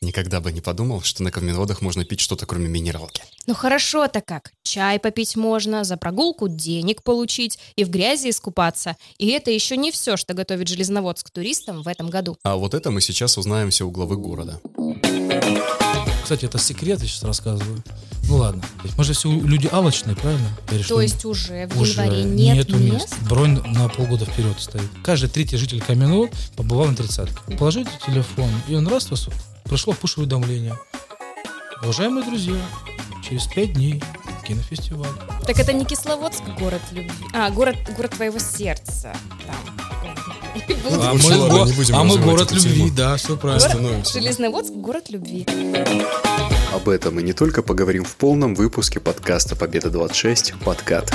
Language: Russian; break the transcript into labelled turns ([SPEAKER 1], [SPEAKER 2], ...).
[SPEAKER 1] никогда бы не подумал, что на каменводах можно пить что-то, кроме минералки.
[SPEAKER 2] Ну хорошо-то как. Чай попить можно, за прогулку денег получить и в грязи искупаться. И это еще не все, что готовит Железноводск туристам в этом году.
[SPEAKER 1] А вот это мы сейчас узнаем все у главы города.
[SPEAKER 3] Кстати, это секрет, я сейчас рассказываю. Ну ладно. Мы же все люди алочные, правильно? Я решил.
[SPEAKER 2] То есть уже в
[SPEAKER 3] Уже
[SPEAKER 2] январе нет,
[SPEAKER 3] нету
[SPEAKER 2] мест?
[SPEAKER 3] мест. Бронь на полгода вперед стоит. Каждый третий житель Каменного побывал на тридцатке. Положите телефон, и он раз вас пришло пуш-уведомление. Уважаемые друзья, через пять дней кинофестиваль.
[SPEAKER 2] Так это не Кисловодск город любви. А, город, город твоего сердца. Там. Буду-
[SPEAKER 1] А мы ладно,
[SPEAKER 3] го-
[SPEAKER 1] не будем
[SPEAKER 3] а мы
[SPEAKER 1] развивать
[SPEAKER 3] город
[SPEAKER 1] эту
[SPEAKER 3] любви,
[SPEAKER 1] тему.
[SPEAKER 3] да, все правильно.
[SPEAKER 1] Остановимся.
[SPEAKER 2] Железноводск город любви.
[SPEAKER 4] Об этом и не только поговорим в полном выпуске подкаста «Победа-26. Подкат».